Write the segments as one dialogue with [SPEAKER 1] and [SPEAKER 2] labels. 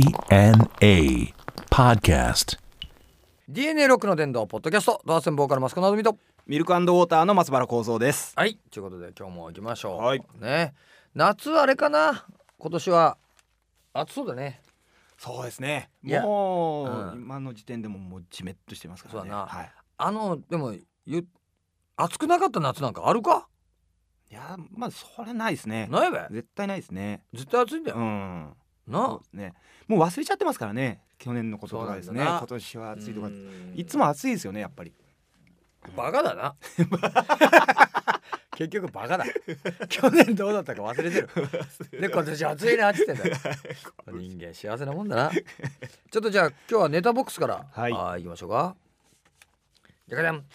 [SPEAKER 1] DNA Podcast.
[SPEAKER 2] DNA ロックの伝道ポッドキャストドアセンボーカルマスコなどみと
[SPEAKER 3] ミルクウォーターの松原幸三です。
[SPEAKER 2] はいということで今日も行きましょう、
[SPEAKER 3] はい
[SPEAKER 2] ね夏あれかな今年は暑そうだね
[SPEAKER 3] そうですね。
[SPEAKER 2] いや
[SPEAKER 3] もう、
[SPEAKER 2] うん
[SPEAKER 3] 今の時点でももうジメッとしてますから
[SPEAKER 2] そう
[SPEAKER 3] ね。
[SPEAKER 2] だな
[SPEAKER 3] はい。
[SPEAKER 2] あのでもゆ暑くなかった夏なんかあるか
[SPEAKER 3] いやまあそれないですね。
[SPEAKER 2] ないべ
[SPEAKER 3] 絶対ないですね。
[SPEAKER 2] 絶対暑いんだ
[SPEAKER 3] う
[SPEAKER 2] よ、
[SPEAKER 3] ん。そう
[SPEAKER 2] な
[SPEAKER 3] ですね。もう忘れちゃってますからね。去年のこととかです
[SPEAKER 2] そうな
[SPEAKER 3] ね。
[SPEAKER 2] んだな
[SPEAKER 3] 今年は
[SPEAKER 2] あ
[SPEAKER 3] 暑いとか
[SPEAKER 2] う。ん
[SPEAKER 3] いつも暑いですよねやっぱり。
[SPEAKER 2] バカだな 結局バカ だ去年どうだったか忘れてるで今年暑いなって言ってんだよ 人間幸せなもんだなちょっとじゃあ今日はネタボックスから、
[SPEAKER 3] はい
[SPEAKER 2] あーいきましょうかじゃかじゃん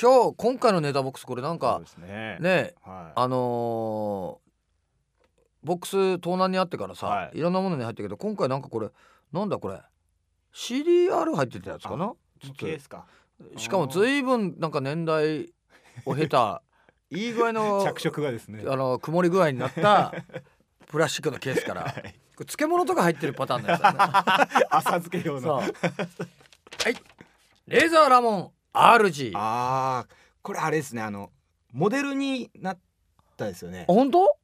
[SPEAKER 2] 今日今回のネタボックスこれなん
[SPEAKER 3] そう
[SPEAKER 2] か
[SPEAKER 3] ですね。
[SPEAKER 2] ね
[SPEAKER 3] はい。
[SPEAKER 2] あのーボックス盗難にあってからさ、
[SPEAKER 3] はい
[SPEAKER 2] い、ろんなものに入ってるけど今回なんかこれなんだこれ CDR 入ってたやつかな
[SPEAKER 3] 時計ですか。
[SPEAKER 2] しかもずいぶんなんか年代を経 たいい具合の
[SPEAKER 3] 着色がですね。
[SPEAKER 2] あの曇り具合にな ったプラスチックのケースから、
[SPEAKER 3] はい
[SPEAKER 2] これ漬物とか入ってるパターンのやつ だね
[SPEAKER 3] 浅漬け用
[SPEAKER 2] そう。
[SPEAKER 3] の。
[SPEAKER 2] はい。レーザーラモン RG。あ、
[SPEAKER 3] ああこれあれですねあのモデルになったですよね。
[SPEAKER 2] 本当？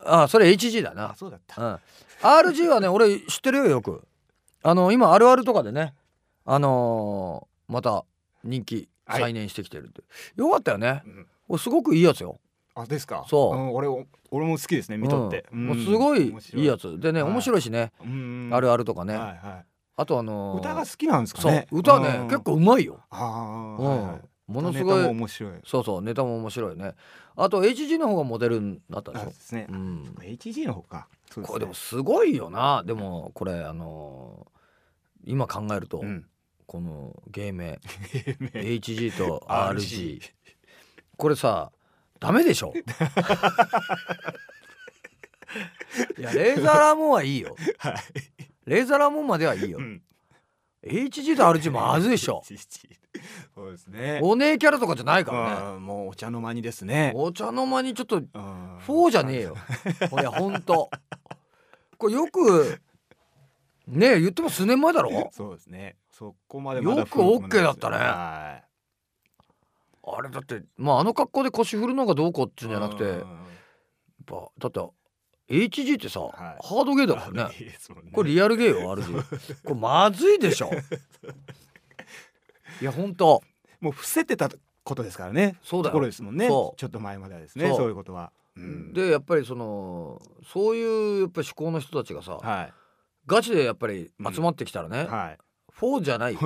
[SPEAKER 2] あ、それ HG だ
[SPEAKER 3] あ
[SPEAKER 2] な。
[SPEAKER 3] そうだった
[SPEAKER 2] う。ん。RG はね、俺知ってるよよく。あの今あるあるとかでね、あのーまた人気
[SPEAKER 3] はい
[SPEAKER 2] 再燃してきてるって。よかったよね
[SPEAKER 3] う。ん
[SPEAKER 2] 俺すごくいいやつよ。
[SPEAKER 3] あですか、
[SPEAKER 2] そうん
[SPEAKER 3] 俺お俺も好きですね見とって、
[SPEAKER 2] うんもうすごいいいや
[SPEAKER 3] つ、
[SPEAKER 2] つでね、
[SPEAKER 3] はい
[SPEAKER 2] 面白いしね。
[SPEAKER 3] うん
[SPEAKER 2] あるあるとかね。
[SPEAKER 3] はいは
[SPEAKER 2] あとあ
[SPEAKER 3] い、
[SPEAKER 2] のー
[SPEAKER 3] 歌が好きなんですか
[SPEAKER 2] そ
[SPEAKER 3] ね
[SPEAKER 2] う歌
[SPEAKER 3] う
[SPEAKER 2] ね
[SPEAKER 3] ん
[SPEAKER 2] 結構うまいよ。
[SPEAKER 3] ああ、
[SPEAKER 2] うん。
[SPEAKER 3] はいはい
[SPEAKER 2] ものす
[SPEAKER 3] ネ
[SPEAKER 2] ご
[SPEAKER 3] タも
[SPEAKER 2] い。
[SPEAKER 3] 面白い
[SPEAKER 2] そうそうネタも面白いね。あと HG の方がモデルになったでし
[SPEAKER 3] あ
[SPEAKER 2] ょ
[SPEAKER 3] で。すね、
[SPEAKER 2] うん、
[SPEAKER 3] HG の方かそうです
[SPEAKER 2] こ
[SPEAKER 3] ね
[SPEAKER 2] れでもすごいよなでもこれあのー今考えると、
[SPEAKER 3] うん
[SPEAKER 2] この芸 名
[SPEAKER 3] え
[SPEAKER 2] HG と RG
[SPEAKER 3] RG
[SPEAKER 2] これさダメ でしょいやレーザーラモンはいいよ
[SPEAKER 3] はい
[SPEAKER 2] レーザーラモンまではいいよ、
[SPEAKER 3] うん
[SPEAKER 2] HG と RG まずいでしょ
[SPEAKER 3] HG そうですね
[SPEAKER 2] お姉キャラとかじゃないからね
[SPEAKER 3] うんもうお茶の間にですね
[SPEAKER 2] お茶の間にちょっと
[SPEAKER 3] うん
[SPEAKER 2] フォーじゃねえよ。これほんと。これよく、ねえ、言っても数年前だろ
[SPEAKER 3] そうですねそこまでまだ
[SPEAKER 2] よく
[SPEAKER 3] 古もないです
[SPEAKER 2] OK だったね
[SPEAKER 3] は
[SPEAKER 2] あれだって、まああの格好で腰振るのがどうこうっていうんじゃなくて、
[SPEAKER 3] う
[SPEAKER 2] や
[SPEAKER 3] ん
[SPEAKER 2] っぱ、だって、HG ってさ、
[SPEAKER 3] い
[SPEAKER 2] ハードゲーだからね。
[SPEAKER 3] いいですもんね
[SPEAKER 2] これリアルゲーよ、RG。これまずいで しょ。いや、ほんと。
[SPEAKER 3] もう伏せてたことですからね。
[SPEAKER 2] そうだよ
[SPEAKER 3] ところですもんね。ち
[SPEAKER 2] そ
[SPEAKER 3] ょ
[SPEAKER 2] う
[SPEAKER 3] っと前まではですね。
[SPEAKER 2] そ
[SPEAKER 3] そうういうことは。うん、
[SPEAKER 2] で、やっぱりその、そういうやっぱり思考の人たちがさ、
[SPEAKER 3] は
[SPEAKER 2] ガチでやっぱり集まってきたらね、
[SPEAKER 3] いはい。
[SPEAKER 2] フォーじゃ ないよ。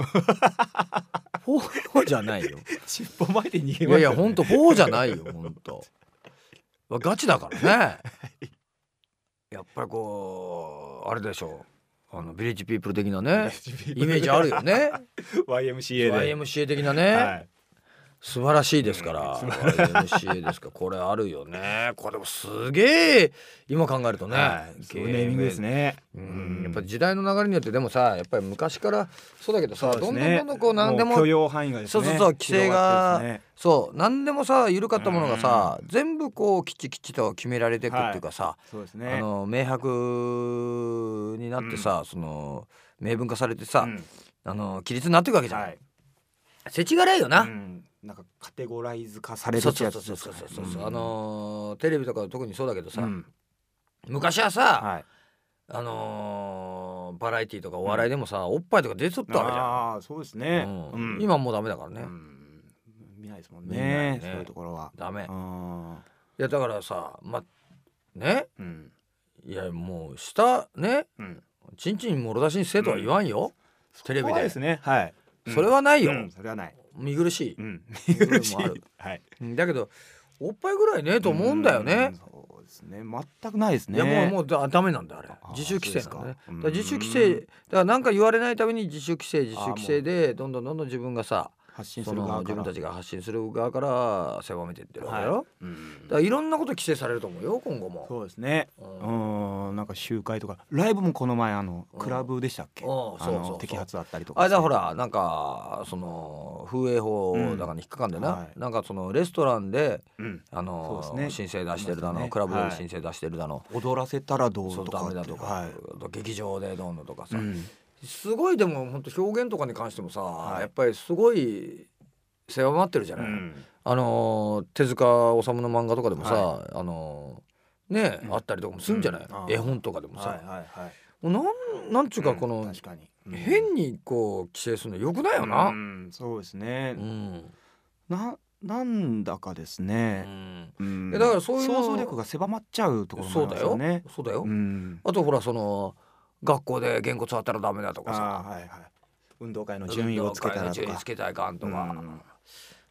[SPEAKER 2] フォーじゃないよ。
[SPEAKER 3] 尻尾巻いて逃げ
[SPEAKER 2] い
[SPEAKER 3] ま
[SPEAKER 2] やい
[SPEAKER 3] す
[SPEAKER 2] や
[SPEAKER 3] よね
[SPEAKER 2] 本当フォーじゃないよ本当。わガチだからね。やっぱりこうあれでしょう。あのビレッジピープル的なねイメージあるよ ね。
[SPEAKER 3] YMCA で。
[SPEAKER 2] YMCA 的なね、
[SPEAKER 3] はい。
[SPEAKER 2] 素晴らしいですから。YMCA ですからこれあるよね。これでもすげえ今考えるとね。
[SPEAKER 3] はい。そういうネーミングです。ね。
[SPEAKER 2] う
[SPEAKER 3] うんん、
[SPEAKER 2] やっぱ時代の流れによってでもさやっぱり昔からそうだけどさ、
[SPEAKER 3] そうで
[SPEAKER 2] ど
[SPEAKER 3] す
[SPEAKER 2] ん
[SPEAKER 3] ね
[SPEAKER 2] どんどんどんこう何でも
[SPEAKER 3] う許容範囲がですね。
[SPEAKER 2] そうそうそう規制が
[SPEAKER 3] 広ってですね
[SPEAKER 2] そう何でもさ緩かったものがさ全部こうきちきちと決められていくっていうかさ、
[SPEAKER 3] そうです
[SPEAKER 2] あ
[SPEAKER 3] ね。
[SPEAKER 2] の明白になってさ、その明文化されてさ、
[SPEAKER 3] うん
[SPEAKER 2] あの規律になっていくわけじゃん、
[SPEAKER 3] はい。
[SPEAKER 2] 世知辛いよな、
[SPEAKER 3] うんなんかカテゴライズ化される
[SPEAKER 2] そ
[SPEAKER 3] や
[SPEAKER 2] う
[SPEAKER 3] つ
[SPEAKER 2] そう
[SPEAKER 3] です
[SPEAKER 2] そう
[SPEAKER 3] ね。
[SPEAKER 2] そうそうそうそう、
[SPEAKER 3] ん
[SPEAKER 2] あのーテレビとか特にそうだけどさ、
[SPEAKER 3] うん
[SPEAKER 2] 昔はさ、
[SPEAKER 3] はい。
[SPEAKER 2] あのーバラエティーとかお笑いでもさ、おっぱいとか出とったわけじゃ
[SPEAKER 3] ああそうですね。
[SPEAKER 2] ん、
[SPEAKER 3] うん
[SPEAKER 2] うん、今もうダメだからね、
[SPEAKER 3] うん見ないですもん
[SPEAKER 2] 見ないね
[SPEAKER 3] ね。そういうところは。
[SPEAKER 2] ダメ、い
[SPEAKER 3] あ
[SPEAKER 2] やだからさまね
[SPEAKER 3] ーうん。
[SPEAKER 2] いやもう下ね
[SPEAKER 3] うん。
[SPEAKER 2] ちんちんもろ出しにせとは言わんよ、テレビ
[SPEAKER 3] 怖い
[SPEAKER 2] で
[SPEAKER 3] ですね。はい。
[SPEAKER 2] それはないよ、
[SPEAKER 3] うんそれはない。
[SPEAKER 2] 見苦しい
[SPEAKER 3] うん。
[SPEAKER 2] 苦しい
[SPEAKER 3] はい。
[SPEAKER 2] うんだけどおっぱいぐらいねと思うんだよね
[SPEAKER 3] う、ん。そうですね。全くないです
[SPEAKER 2] い
[SPEAKER 3] ね。
[SPEAKER 2] やもうもうだダメなんだあれ
[SPEAKER 3] あ
[SPEAKER 2] 自主規制なんだね
[SPEAKER 3] そうですかうん
[SPEAKER 2] だから自主規制だからなんか言われないために自主規制自主規制でどんどんどんどん自分がさ
[SPEAKER 3] 発信す
[SPEAKER 2] そ
[SPEAKER 3] る
[SPEAKER 2] の
[SPEAKER 3] 側か
[SPEAKER 2] 自
[SPEAKER 3] ら
[SPEAKER 2] 分たちが発信する側から狭めてってるわけだろ、
[SPEAKER 3] うん
[SPEAKER 2] だからいろんなこと規制されると思うよ今後も
[SPEAKER 3] そうですね。
[SPEAKER 2] う
[SPEAKER 3] うんん。のなんか集会とかライブもこの前あの
[SPEAKER 2] うん
[SPEAKER 3] クラブでしたっけあ
[SPEAKER 2] うんそうそうそう
[SPEAKER 3] の摘発あったりとか
[SPEAKER 2] あれだほらなんかその風営法だからに引っかかんでな、
[SPEAKER 3] うんはい
[SPEAKER 2] なんかそのレストランで
[SPEAKER 3] うん
[SPEAKER 2] あの
[SPEAKER 3] そうです
[SPEAKER 2] 申
[SPEAKER 3] ね
[SPEAKER 2] 請出してるだの、
[SPEAKER 3] ありましたね
[SPEAKER 2] クラブで
[SPEAKER 3] はい
[SPEAKER 2] 申請出してるだの、
[SPEAKER 3] 踊らせたらどう
[SPEAKER 2] そう
[SPEAKER 3] と
[SPEAKER 2] ダ
[SPEAKER 3] か
[SPEAKER 2] メだ
[SPEAKER 3] ってい
[SPEAKER 2] とか、
[SPEAKER 3] うはい
[SPEAKER 2] 劇場でどうのとかさ、
[SPEAKER 3] うん
[SPEAKER 2] すごいでも本当表現とかに関してもさ、
[SPEAKER 3] はい
[SPEAKER 2] やっぱりすごい狭まってるじゃ
[SPEAKER 3] う
[SPEAKER 2] ない、
[SPEAKER 3] ん
[SPEAKER 2] あのー手塚治虫の漫画とかでもさ、
[SPEAKER 3] は
[SPEAKER 2] あのーね、
[SPEAKER 3] うん
[SPEAKER 2] あったりとかもするんじゃない、
[SPEAKER 3] うんあー
[SPEAKER 2] 絵本とかでもさ、
[SPEAKER 3] はいはいはい
[SPEAKER 2] もうなんなんちゅうかこの、
[SPEAKER 3] うん確かに
[SPEAKER 2] 変にこう規制するのよくないよな。
[SPEAKER 3] うんそうですね
[SPEAKER 2] うん
[SPEAKER 3] ななんだかです
[SPEAKER 2] う
[SPEAKER 3] ね
[SPEAKER 2] ん
[SPEAKER 3] うん
[SPEAKER 2] いやだからそういう
[SPEAKER 3] 想像力が狭まっちゃうところもあ
[SPEAKER 2] そう
[SPEAKER 3] りま
[SPEAKER 2] だ
[SPEAKER 3] すよ
[SPEAKER 2] よ
[SPEAKER 3] ね
[SPEAKER 2] そうだよ、
[SPEAKER 3] うん
[SPEAKER 2] あとほらその学校で原骨あったらダメだとか
[SPEAKER 3] あ
[SPEAKER 2] さ
[SPEAKER 3] ーはいはい運動会の順位をつけたらと
[SPEAKER 2] 順位
[SPEAKER 3] か
[SPEAKER 2] つけたいかんとか、
[SPEAKER 3] うん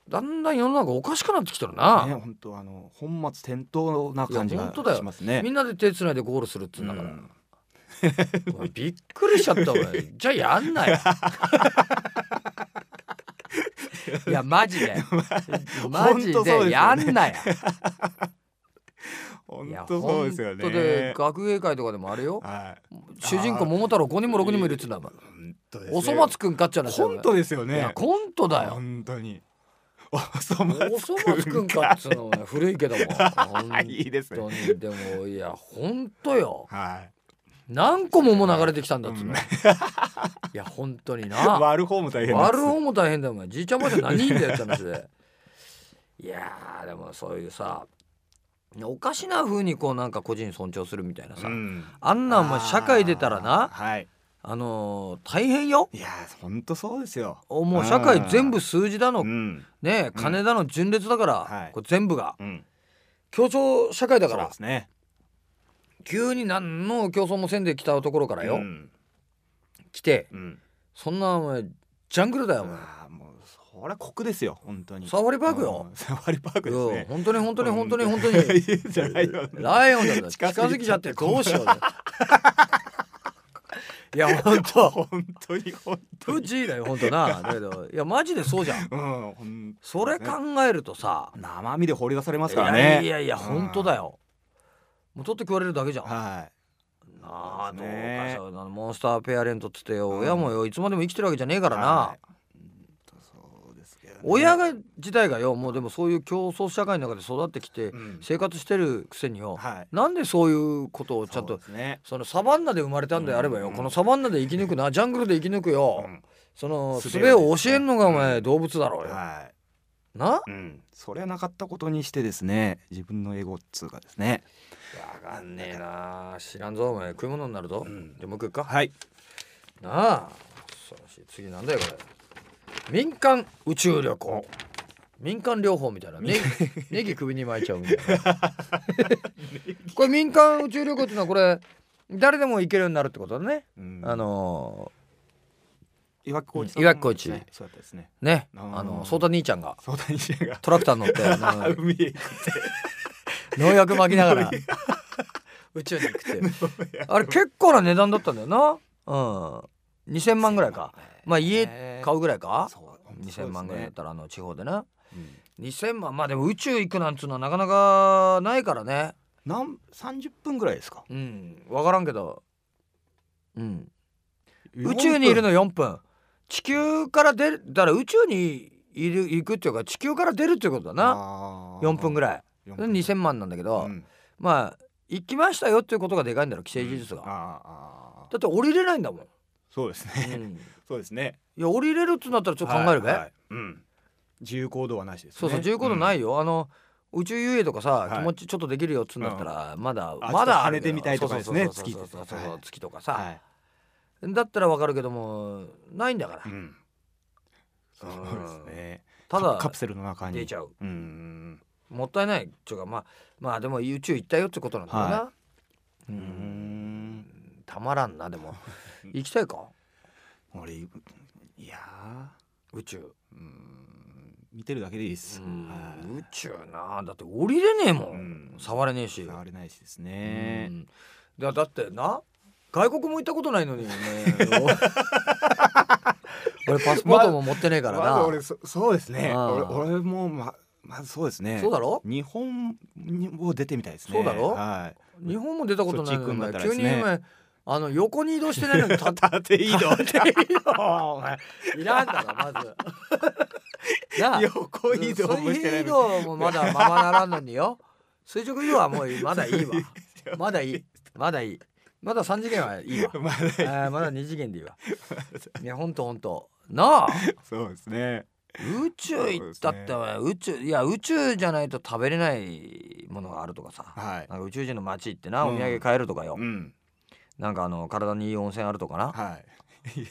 [SPEAKER 2] だんだん世の中おかしくなってきてるな、
[SPEAKER 3] ね、本当あの本末転倒な感じ
[SPEAKER 2] いや
[SPEAKER 3] が
[SPEAKER 2] 本当だよ
[SPEAKER 3] しますね
[SPEAKER 2] み。んなで手つないでゴールするっつうんだから、
[SPEAKER 3] うん
[SPEAKER 2] お前びっくりしちゃった わじゃあやんなよいやマジでマジ
[SPEAKER 3] 本当そうですよ
[SPEAKER 2] で
[SPEAKER 3] ね
[SPEAKER 2] やんなよいや
[SPEAKER 3] 本当そうですよ
[SPEAKER 2] 本当で
[SPEAKER 3] ね。
[SPEAKER 2] 学芸会とかでもあれよ
[SPEAKER 3] はい。
[SPEAKER 2] 主人公桃太郎5人も6人もいるっつうんだもん
[SPEAKER 3] 本当ですよ
[SPEAKER 2] おそ松くんかっちゃうな
[SPEAKER 3] コントですよ
[SPEAKER 2] いや
[SPEAKER 3] ね。
[SPEAKER 2] コントだよ
[SPEAKER 3] 本当に。おそ
[SPEAKER 2] おそ松くんかっつうのは古いけども
[SPEAKER 3] はい いいですね
[SPEAKER 2] 本当にでもいや本当よ
[SPEAKER 3] はい。
[SPEAKER 2] 何個もも流れてきたんだっつうの、 いや本当 にな
[SPEAKER 3] 割る方も大変です。
[SPEAKER 2] 割る方も大変だよお前じいちゃんばあちゃん何人だよって 話でいやーでもそういうさおかしな風にこうなんか個人尊重するみたいなさ、
[SPEAKER 3] うん。
[SPEAKER 2] あんなお前
[SPEAKER 3] あー
[SPEAKER 2] 社会出たらなあ
[SPEAKER 3] はい。
[SPEAKER 2] のー大変よ
[SPEAKER 3] いや本当そうですよ。
[SPEAKER 2] おもう社会全部数字だの、
[SPEAKER 3] うん。
[SPEAKER 2] ね
[SPEAKER 3] うん
[SPEAKER 2] 金だの純烈だから、
[SPEAKER 3] はい
[SPEAKER 2] これ全部が
[SPEAKER 3] うん。
[SPEAKER 2] 競争社会だ
[SPEAKER 3] そ
[SPEAKER 2] か
[SPEAKER 3] う
[SPEAKER 2] ら
[SPEAKER 3] ですね。
[SPEAKER 2] 急に何の競争もせんできたところからよ、
[SPEAKER 3] うん。
[SPEAKER 2] 来て
[SPEAKER 3] うん。
[SPEAKER 2] そんなお前ジャングルだよお前
[SPEAKER 3] ああもうそりゃ酷ですよ本当に。
[SPEAKER 2] サファリパークよ
[SPEAKER 3] うん。サファリパークです
[SPEAKER 2] うん
[SPEAKER 3] ね。
[SPEAKER 2] 本当に本当に本当に本当
[SPEAKER 3] いやい
[SPEAKER 2] に
[SPEAKER 3] いじゃないよ。
[SPEAKER 2] ライオンだから近
[SPEAKER 3] 近
[SPEAKER 2] づ
[SPEAKER 3] づ
[SPEAKER 2] き
[SPEAKER 3] き
[SPEAKER 2] ち
[SPEAKER 3] ち
[SPEAKER 2] ゃ
[SPEAKER 3] ゃ
[SPEAKER 2] っ
[SPEAKER 3] ってて
[SPEAKER 2] どうしよう ねいや本当
[SPEAKER 3] 本当に本当
[SPEAKER 2] プ
[SPEAKER 3] に。
[SPEAKER 2] チだよ本当なだけどいやマジでそうじゃん
[SPEAKER 3] うん、ほん
[SPEAKER 2] それ考えるとさ、
[SPEAKER 3] 生身で放り出されます
[SPEAKER 2] い
[SPEAKER 3] から
[SPEAKER 2] や
[SPEAKER 3] ね。
[SPEAKER 2] いやいや本当だよもう取って食われるだけじゃんな
[SPEAKER 3] は
[SPEAKER 2] あ
[SPEAKER 3] そ
[SPEAKER 2] ど
[SPEAKER 3] う
[SPEAKER 2] う
[SPEAKER 3] で
[SPEAKER 2] か
[SPEAKER 3] すね
[SPEAKER 2] そうなのモンスターペアレントっつってよ
[SPEAKER 3] うん
[SPEAKER 2] 親もよいつまでも生きてるわけじゃねえか
[SPEAKER 3] い。
[SPEAKER 2] らな、
[SPEAKER 3] はい。そうですけどね
[SPEAKER 2] 親が自体がよもうでもそういう競争社会の中で育ってきて
[SPEAKER 3] うん
[SPEAKER 2] 生活してるくせによ、
[SPEAKER 3] はい。
[SPEAKER 2] なんでそういうことをちゃんと
[SPEAKER 3] そうですね。
[SPEAKER 2] そのサバンナで生まれたんであればよ、
[SPEAKER 3] うん
[SPEAKER 2] このサバンナで生き抜くなジャングルで生き抜くよ、
[SPEAKER 3] うん
[SPEAKER 2] その術
[SPEAKER 3] 術を
[SPEAKER 2] を教えんのがお前動物だろうよ、
[SPEAKER 3] は。
[SPEAKER 2] ない
[SPEAKER 3] うん。それはなかったことにしてですね、自分のエゴっつうかですね。
[SPEAKER 2] 分かんねえな知らんぞお前食い物になるぞ、
[SPEAKER 3] うん
[SPEAKER 2] じゃあもう一個いくか、
[SPEAKER 3] はい。
[SPEAKER 2] なあ恐ろしい次なんだよこれ民間宇宙旅行民間療法みたいなネギネギ首に巻いちゃうみたいな これ民間宇宙旅行っていうのはこれ誰でも行けるようになるってことだね、
[SPEAKER 3] うん
[SPEAKER 2] あの
[SPEAKER 3] 岩木浩一さ
[SPEAKER 2] うん
[SPEAKER 3] ん。
[SPEAKER 2] 岩城浩一
[SPEAKER 3] ねそうだったですね。
[SPEAKER 2] ーね
[SPEAKER 3] あー
[SPEAKER 2] あの相太兄ちゃんが
[SPEAKER 3] 相談者が
[SPEAKER 2] トラクター乗ってあの ー
[SPEAKER 3] 海へ
[SPEAKER 2] 農薬巻きながら宇宙に行くっていうあれ結構な値段だったんだよなうん2,000万ぐらいかまあ家買うぐらいか
[SPEAKER 3] そう
[SPEAKER 2] 2,000万ぐらいだっ。たらあの地方でな
[SPEAKER 3] そうですねうん
[SPEAKER 2] 2,000万まあでも宇宙行くなんつうのはなかなかないからね
[SPEAKER 3] なん三十分ぐらいですか。
[SPEAKER 2] うん分からんけどうん宇宙にいるの4分地球から出るだから宇宙にいる行くっていうか地球から出るっていうことだな
[SPEAKER 3] な
[SPEAKER 2] 4分ぐ
[SPEAKER 3] い。
[SPEAKER 2] らい
[SPEAKER 3] 4分
[SPEAKER 2] 2,000万なんだけど、
[SPEAKER 3] うん
[SPEAKER 2] まあ行きましたよっていうことがでかいんだろ既成事実が、
[SPEAKER 3] あ
[SPEAKER 2] だ
[SPEAKER 3] あああ
[SPEAKER 2] って降りれないんだもん、
[SPEAKER 3] そうですね。そうですね。
[SPEAKER 2] いや降りれるってなったらちょっと考えるべ、
[SPEAKER 3] はいはいうん。自由行動はなしですね。
[SPEAKER 2] そうそう自由行動ないよ、あの宇宙遊泳とかさ、
[SPEAKER 3] は
[SPEAKER 2] 気
[SPEAKER 3] い
[SPEAKER 2] 持ちちょっとできるよっつうんだったら、まだ
[SPEAKER 3] あ
[SPEAKER 2] まだ
[SPEAKER 3] ちょっと跳ねてみたいとかですね
[SPEAKER 2] そうそうそうそうそうそうそう
[SPEAKER 3] はい
[SPEAKER 2] 月とか
[SPEAKER 3] うん。
[SPEAKER 2] さ、
[SPEAKER 3] はい。
[SPEAKER 2] だったらわかるけどもないんだから、
[SPEAKER 3] うん。そうですね。
[SPEAKER 2] ただ
[SPEAKER 3] カカプセルの中に。
[SPEAKER 2] 出ちゃう
[SPEAKER 3] うんうん
[SPEAKER 2] もったいないっていうかまあまあでも宇宙行ったよってことなんだよな、
[SPEAKER 3] は
[SPEAKER 2] う
[SPEAKER 3] うん。うんん。
[SPEAKER 2] たまらんなでも行きたいか
[SPEAKER 3] 俺いや
[SPEAKER 2] 宇宙、
[SPEAKER 3] ーうん見てるだけでいいです。
[SPEAKER 2] うん
[SPEAKER 3] はい
[SPEAKER 2] 宇宙なだって降りれねえもん、
[SPEAKER 3] うん
[SPEAKER 2] 触れねえし
[SPEAKER 3] 触れないしですね
[SPEAKER 2] う。んだだってな外国も行ったことないの にね俺パスポートも持ってねえからな、
[SPEAKER 3] まず俺そそうですね
[SPEAKER 2] ああ
[SPEAKER 3] 俺俺もままあそうですね
[SPEAKER 2] そうだろ
[SPEAKER 3] 日本にも出てみたいですね
[SPEAKER 2] そうだろ
[SPEAKER 3] は
[SPEAKER 2] 日本も出たことないのに、
[SPEAKER 3] そっち行くんだったらで
[SPEAKER 2] 急
[SPEAKER 3] す
[SPEAKER 2] に
[SPEAKER 3] ね
[SPEAKER 2] 今あの横に移動してないのに立っ
[SPEAKER 3] い縦移動
[SPEAKER 2] ていいよお前 いらんだろまず なあ
[SPEAKER 3] 横移動もしてな
[SPEAKER 2] 水平
[SPEAKER 3] い
[SPEAKER 2] 移動もまだままならんのによ垂直移動はもうまだい いわまだいいまだいいまだ3次元はいいわ
[SPEAKER 3] ま
[SPEAKER 2] え
[SPEAKER 3] だ
[SPEAKER 2] ーまだ2次元でいい わいやほんとほんとなあ
[SPEAKER 3] そうですね
[SPEAKER 2] 宇宙行ったって、宇宙いや宇宙じゃないと食べれないものがあるとかさ、
[SPEAKER 3] はい
[SPEAKER 2] なんか宇宙人の街行ってな、
[SPEAKER 3] うん
[SPEAKER 2] お土産買えるとかよ、
[SPEAKER 3] うん
[SPEAKER 2] なんかあの体にいい温泉あるとかな、
[SPEAKER 3] はいいや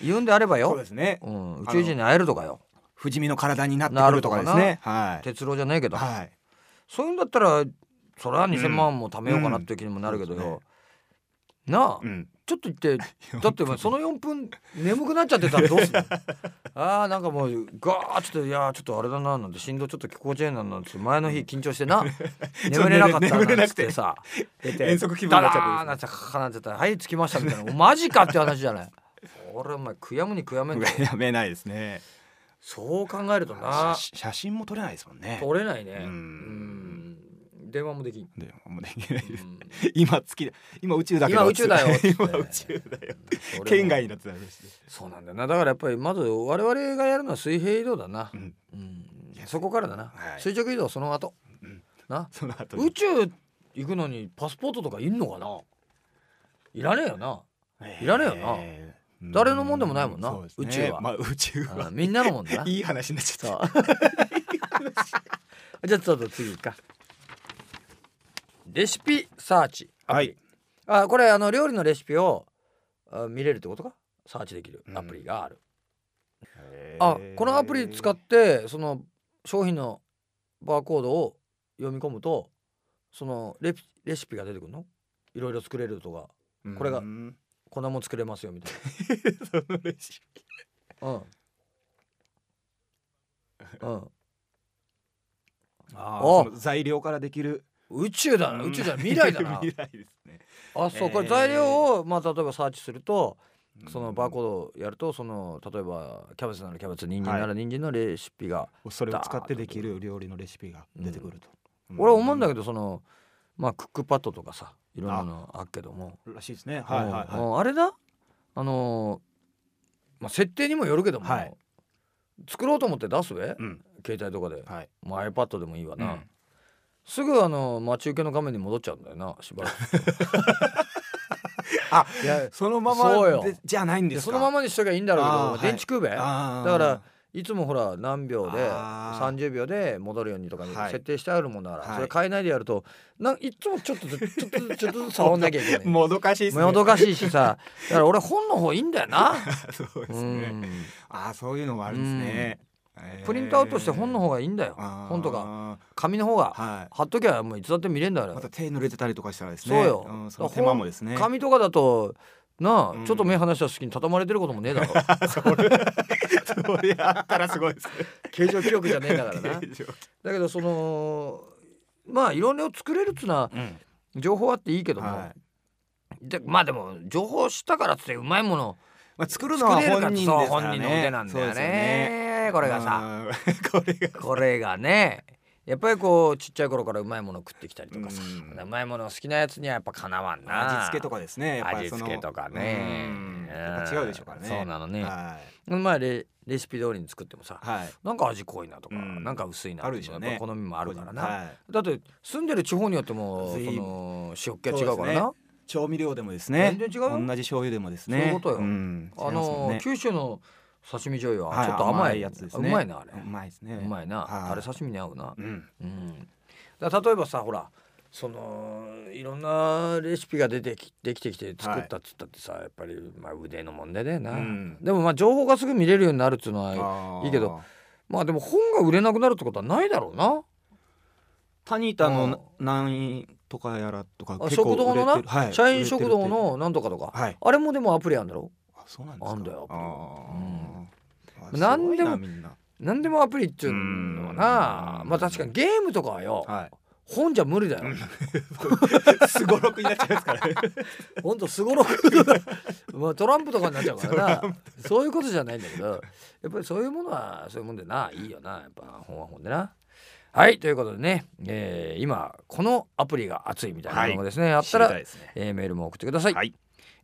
[SPEAKER 2] 言うんであれば
[SPEAKER 3] そう
[SPEAKER 2] よ
[SPEAKER 3] で、すね
[SPEAKER 2] うん、宇宙人に会えるとかよ
[SPEAKER 3] 不死身の体になってくるとかです
[SPEAKER 2] なる
[SPEAKER 3] ねはい
[SPEAKER 2] 鉄郎じゃねえけど、
[SPEAKER 3] はい
[SPEAKER 2] そういうんだったらそれは2,000万も貯めようかなっていう気にもなるけどよ、
[SPEAKER 3] うんうんそう
[SPEAKER 2] なあ、
[SPEAKER 3] うん
[SPEAKER 2] ちょっと行ってだってお前その4分眠くなっちゃってたらどうするのあーなんかもうガーッちょっといやーちょっとあれだななんて振動ちょっと気候チェーンなんなんつって前の日緊張してな眠れなかったなんつってさ出て
[SPEAKER 3] 遠足気分
[SPEAKER 2] ダ
[SPEAKER 3] に
[SPEAKER 2] ラ
[SPEAKER 3] なっちゃってる
[SPEAKER 2] ーンなっちゃってかなっちゃったらはい着きましたみたいなマジかって話じゃない俺お前悔やむに悔やめんだよ
[SPEAKER 3] やめないですね
[SPEAKER 2] そう考えるとな
[SPEAKER 3] 写真写真も撮れないですもんね
[SPEAKER 2] 取れないね
[SPEAKER 3] うん
[SPEAKER 2] うん電話もできん、
[SPEAKER 3] でもうできない
[SPEAKER 2] うん
[SPEAKER 3] 今月だ今宇宙だけど
[SPEAKER 2] 今宇宙だよ
[SPEAKER 3] 今宇宙だよ県外になってたりして
[SPEAKER 2] そうなんだよなだからやっぱりまず我々がやるのは水平移動だな、
[SPEAKER 3] うん
[SPEAKER 2] うんそこからだな、
[SPEAKER 3] はい
[SPEAKER 2] 垂直移動はその後、
[SPEAKER 3] ん
[SPEAKER 2] な
[SPEAKER 3] その後
[SPEAKER 2] 宇
[SPEAKER 3] に
[SPEAKER 2] 宙行くのにパスポートとかいんのかないらねえよな、いらねえよな
[SPEAKER 3] えー
[SPEAKER 2] 誰のもんでもないもんな
[SPEAKER 3] そうですね
[SPEAKER 2] 宇宙は
[SPEAKER 3] まあ宇宙
[SPEAKER 2] あ
[SPEAKER 3] は
[SPEAKER 2] みんなのもんだない
[SPEAKER 3] い話になっちゃった
[SPEAKER 2] そう じゃあちょっと次行くかレシピサーチアプリ、あこれあの料理のレシピをあ見れるってことかサーチできるアプリがある、あこのアプリ使っ
[SPEAKER 3] っ
[SPEAKER 2] てその商品のバーコードを読み込むとそのレピレシピが出てくるのいろいろ作れるとかこれが粉も作れますよみたい
[SPEAKER 3] そのレシピ
[SPEAKER 2] なうん、うん、
[SPEAKER 3] あ
[SPEAKER 2] お
[SPEAKER 3] ーその材料からできる
[SPEAKER 2] 宇宙だな宇宙じゃない未来だ な
[SPEAKER 3] 未来ですね
[SPEAKER 2] あそうこれ
[SPEAKER 3] えー
[SPEAKER 2] 材料をまあ例えばサーチするとそのバーコ
[SPEAKER 3] ー
[SPEAKER 2] ードをやるとその例えばキャベツならキャベツ人参なら人参のレシピが、
[SPEAKER 3] ドそれを使ってできる料理のレシピが出てくると
[SPEAKER 2] 俺は思うんだけ
[SPEAKER 3] ど
[SPEAKER 2] どそのまあクックパッドとかさいろんなのあるけども
[SPEAKER 3] らしいですねはいはい
[SPEAKER 2] うん
[SPEAKER 3] は
[SPEAKER 2] うんあれだあのーまあ、設定にもよるけども、
[SPEAKER 3] はい
[SPEAKER 2] 作ろうと思って出すべ
[SPEAKER 3] いうん
[SPEAKER 2] 携帯とかで、
[SPEAKER 3] はい
[SPEAKER 2] まあ、iPad でもいいわな、
[SPEAKER 3] うん
[SPEAKER 2] すぐあの待ち受けの画面に戻っちゃうんだよなしばらく
[SPEAKER 3] あ
[SPEAKER 2] いや
[SPEAKER 3] そのま
[SPEAKER 2] そう
[SPEAKER 3] ま
[SPEAKER 2] よ
[SPEAKER 3] でじゃないん
[SPEAKER 2] い
[SPEAKER 3] で
[SPEAKER 2] や
[SPEAKER 3] すか
[SPEAKER 2] そのままにしときゃいいんだろうけど
[SPEAKER 3] あー
[SPEAKER 2] まあ電池食うべ、
[SPEAKER 3] だ
[SPEAKER 2] だからいつもほら何秒で
[SPEAKER 3] あー
[SPEAKER 2] 30秒で戻るようにとかに
[SPEAKER 3] はい
[SPEAKER 2] 設定してあるもんだから、
[SPEAKER 3] はい
[SPEAKER 2] それ変えないでやるとないつもちょっとずつちょっとずつちょっとずつ触んなきゃいけない
[SPEAKER 3] もどかしいですね
[SPEAKER 2] もどかしいしさだから俺本の方いいんだよな
[SPEAKER 3] そうです
[SPEAKER 2] う
[SPEAKER 3] ね
[SPEAKER 2] ん
[SPEAKER 3] あーそういうのもあるんですねえー
[SPEAKER 2] プリントアウトして本の方がいいんだよ
[SPEAKER 3] あー
[SPEAKER 2] 本とか紙の方が
[SPEAKER 3] はい
[SPEAKER 2] 貼っときゃもういつだって見れんだよ
[SPEAKER 3] また手濡れてたりとかしたらですね
[SPEAKER 2] そうよ
[SPEAKER 3] んその手間もですね
[SPEAKER 2] 紙とかだとなあ、
[SPEAKER 3] うん
[SPEAKER 2] ちょっと目離した隙に畳まれてることもね えだろ
[SPEAKER 3] それあったらすごいですね
[SPEAKER 2] 形状記録じゃねえんだから なだけどそのまあいろんなを作れるっつうのは
[SPEAKER 3] うん
[SPEAKER 2] 情報あっていいけども、
[SPEAKER 3] はい
[SPEAKER 2] でまあでも情報知ったからっつってうまいもの
[SPEAKER 3] まあ作るの
[SPEAKER 2] 作
[SPEAKER 3] は
[SPEAKER 2] れるかっ
[SPEAKER 3] 本
[SPEAKER 2] て
[SPEAKER 3] 人
[SPEAKER 2] そ
[SPEAKER 3] です
[SPEAKER 2] う
[SPEAKER 3] か
[SPEAKER 2] 本
[SPEAKER 3] らね
[SPEAKER 2] 人の腕なんだ
[SPEAKER 3] そう
[SPEAKER 2] よ
[SPEAKER 3] ですね
[SPEAKER 2] ねこれがさ
[SPEAKER 3] あ ーこれが
[SPEAKER 2] これがねやっぱりこうちっちゃい頃からうまいもの食ってきたりとかさ、
[SPEAKER 3] うん
[SPEAKER 2] うまいもの好きなやつにはやっぱかなわんな
[SPEAKER 3] 味付けとかですねやっぱり
[SPEAKER 2] 味
[SPEAKER 3] その
[SPEAKER 2] 付けとかね
[SPEAKER 3] う
[SPEAKER 2] うん
[SPEAKER 3] んやっぱ違うでしょうからね
[SPEAKER 2] そうなのね、
[SPEAKER 3] は
[SPEAKER 2] まあレレシピ通りに作ってもさ
[SPEAKER 3] いはい
[SPEAKER 2] なんか味濃いなとか、
[SPEAKER 3] うん
[SPEAKER 2] なんか薄いな
[SPEAKER 3] あ
[SPEAKER 2] と
[SPEAKER 3] る
[SPEAKER 2] か
[SPEAKER 3] でしょうね
[SPEAKER 2] やっぱ好みもあるからな、
[SPEAKER 3] はい
[SPEAKER 2] だって住んでる地方によってもそ
[SPEAKER 3] 随分
[SPEAKER 2] の塩っ気は違うからな
[SPEAKER 3] そ調味料でもですね
[SPEAKER 2] 全然違うよ
[SPEAKER 3] 同じ醤油でもですね
[SPEAKER 2] そういうことよ
[SPEAKER 3] ん
[SPEAKER 2] あ
[SPEAKER 3] 違いますも
[SPEAKER 2] の
[SPEAKER 3] んね
[SPEAKER 2] 九州の刺身醤油
[SPEAKER 3] は
[SPEAKER 2] はいちょっと甘い,、
[SPEAKER 3] 甘いやつですね
[SPEAKER 2] うまいなあれ、
[SPEAKER 3] うまいですね
[SPEAKER 2] うまいな、
[SPEAKER 3] はい
[SPEAKER 2] あれ刺身に合うな、
[SPEAKER 3] うん
[SPEAKER 2] うん、だから例えばさほらそのいろんなレシピが出てきできてきて作ったっつったってさ、やっぱり、まあ、腕の問題だよな、
[SPEAKER 3] うん
[SPEAKER 2] でもまあ情報がすぐ見れるようになるっていうのは
[SPEAKER 3] あー
[SPEAKER 2] いいけどまあでも本が売れなくなるってことはないだろうな
[SPEAKER 3] タニータの何とかやらとか
[SPEAKER 2] あ
[SPEAKER 3] 結構
[SPEAKER 2] 食堂のな
[SPEAKER 3] 売れて、るはい
[SPEAKER 2] 社員食堂
[SPEAKER 3] 売れてる
[SPEAKER 2] のなんとかとか、
[SPEAKER 3] はい
[SPEAKER 2] あれもでもアプリあるんだろ
[SPEAKER 3] ってあそうなんですか
[SPEAKER 2] あんだよ
[SPEAKER 3] あーあ
[SPEAKER 2] うんなんでも
[SPEAKER 3] すごいなみんな
[SPEAKER 2] 何でもアプリっていうのはな
[SPEAKER 3] うん
[SPEAKER 2] まあ確かにゲームとかはよ、
[SPEAKER 3] は
[SPEAKER 2] 本じゃ無理だよ
[SPEAKER 3] いすごろくになっちゃいますからね
[SPEAKER 2] ほんとすごろく まあトランプとかになっちゃうからなそういうことじゃないんだけどやっぱりそういうものはそういうもんでないいよなやっぱ本は本でなはいということでね、えー今このアプリが熱いみたいなのもですね、あった
[SPEAKER 4] 知りた
[SPEAKER 2] ら
[SPEAKER 4] いですね
[SPEAKER 2] えーメールも送ってください。
[SPEAKER 4] はい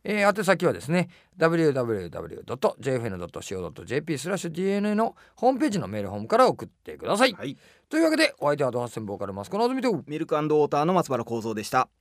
[SPEAKER 2] えー宛先はですね www.jfn.co.jp スラッシュ DNA のホームページのメールホームから送ってください。
[SPEAKER 4] はい
[SPEAKER 2] というわけでお相手はドハッセンボーカルマスコのあずみと
[SPEAKER 3] ミルクウォーターの松原幸三でした